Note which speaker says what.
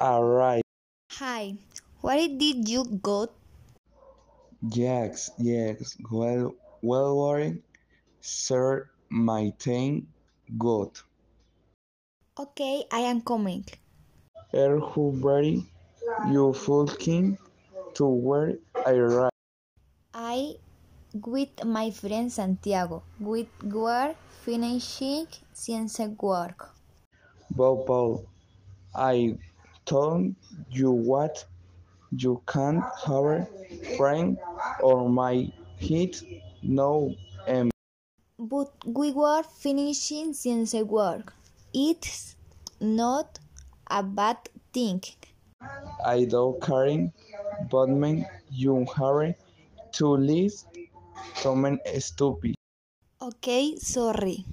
Speaker 1: Alright,
Speaker 2: Hi, where did you go?
Speaker 1: yes, yes. Well, well, Warren, sir, my thing, good.
Speaker 2: Okay, I am coming.
Speaker 1: Er who ready, you fucking to where I ride.
Speaker 2: I with my friend Santiago. We were finishing science work.
Speaker 1: Bow Bow, I told you what you can't have friend or my hit no em
Speaker 2: But we were finishing science work. It's not a bad thing.
Speaker 1: I do caring but man you have to list to men stupid
Speaker 2: Okay, sorry.